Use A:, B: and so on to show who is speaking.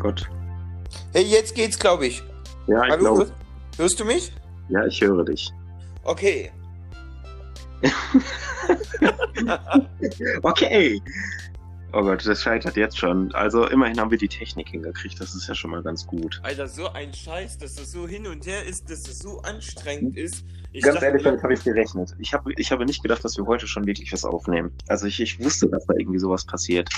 A: Gott.
B: Hey, jetzt geht's, glaube ich.
A: Ja, ich
B: Hallo,
A: glaube.
B: hör- hörst du mich?
A: Ja, ich höre dich.
B: Okay.
A: Okay. Oh Gott, das scheitert jetzt schon. Also immerhin haben wir die Technik hingekriegt. Das ist ja schon mal ganz gut.
B: Alter, so ein Scheiß, dass das so hin und her ist, dass das so anstrengend ist.
A: Hm.
B: Ich
A: ganz
B: dachte
A: ehrlich,
B: mir-
A: damit habe ich gerechnet. Ich habe, ich habe nicht gedacht, dass wir heute schon wirklich was aufnehmen. Also ich, ich wusste, dass da irgendwie sowas passiert.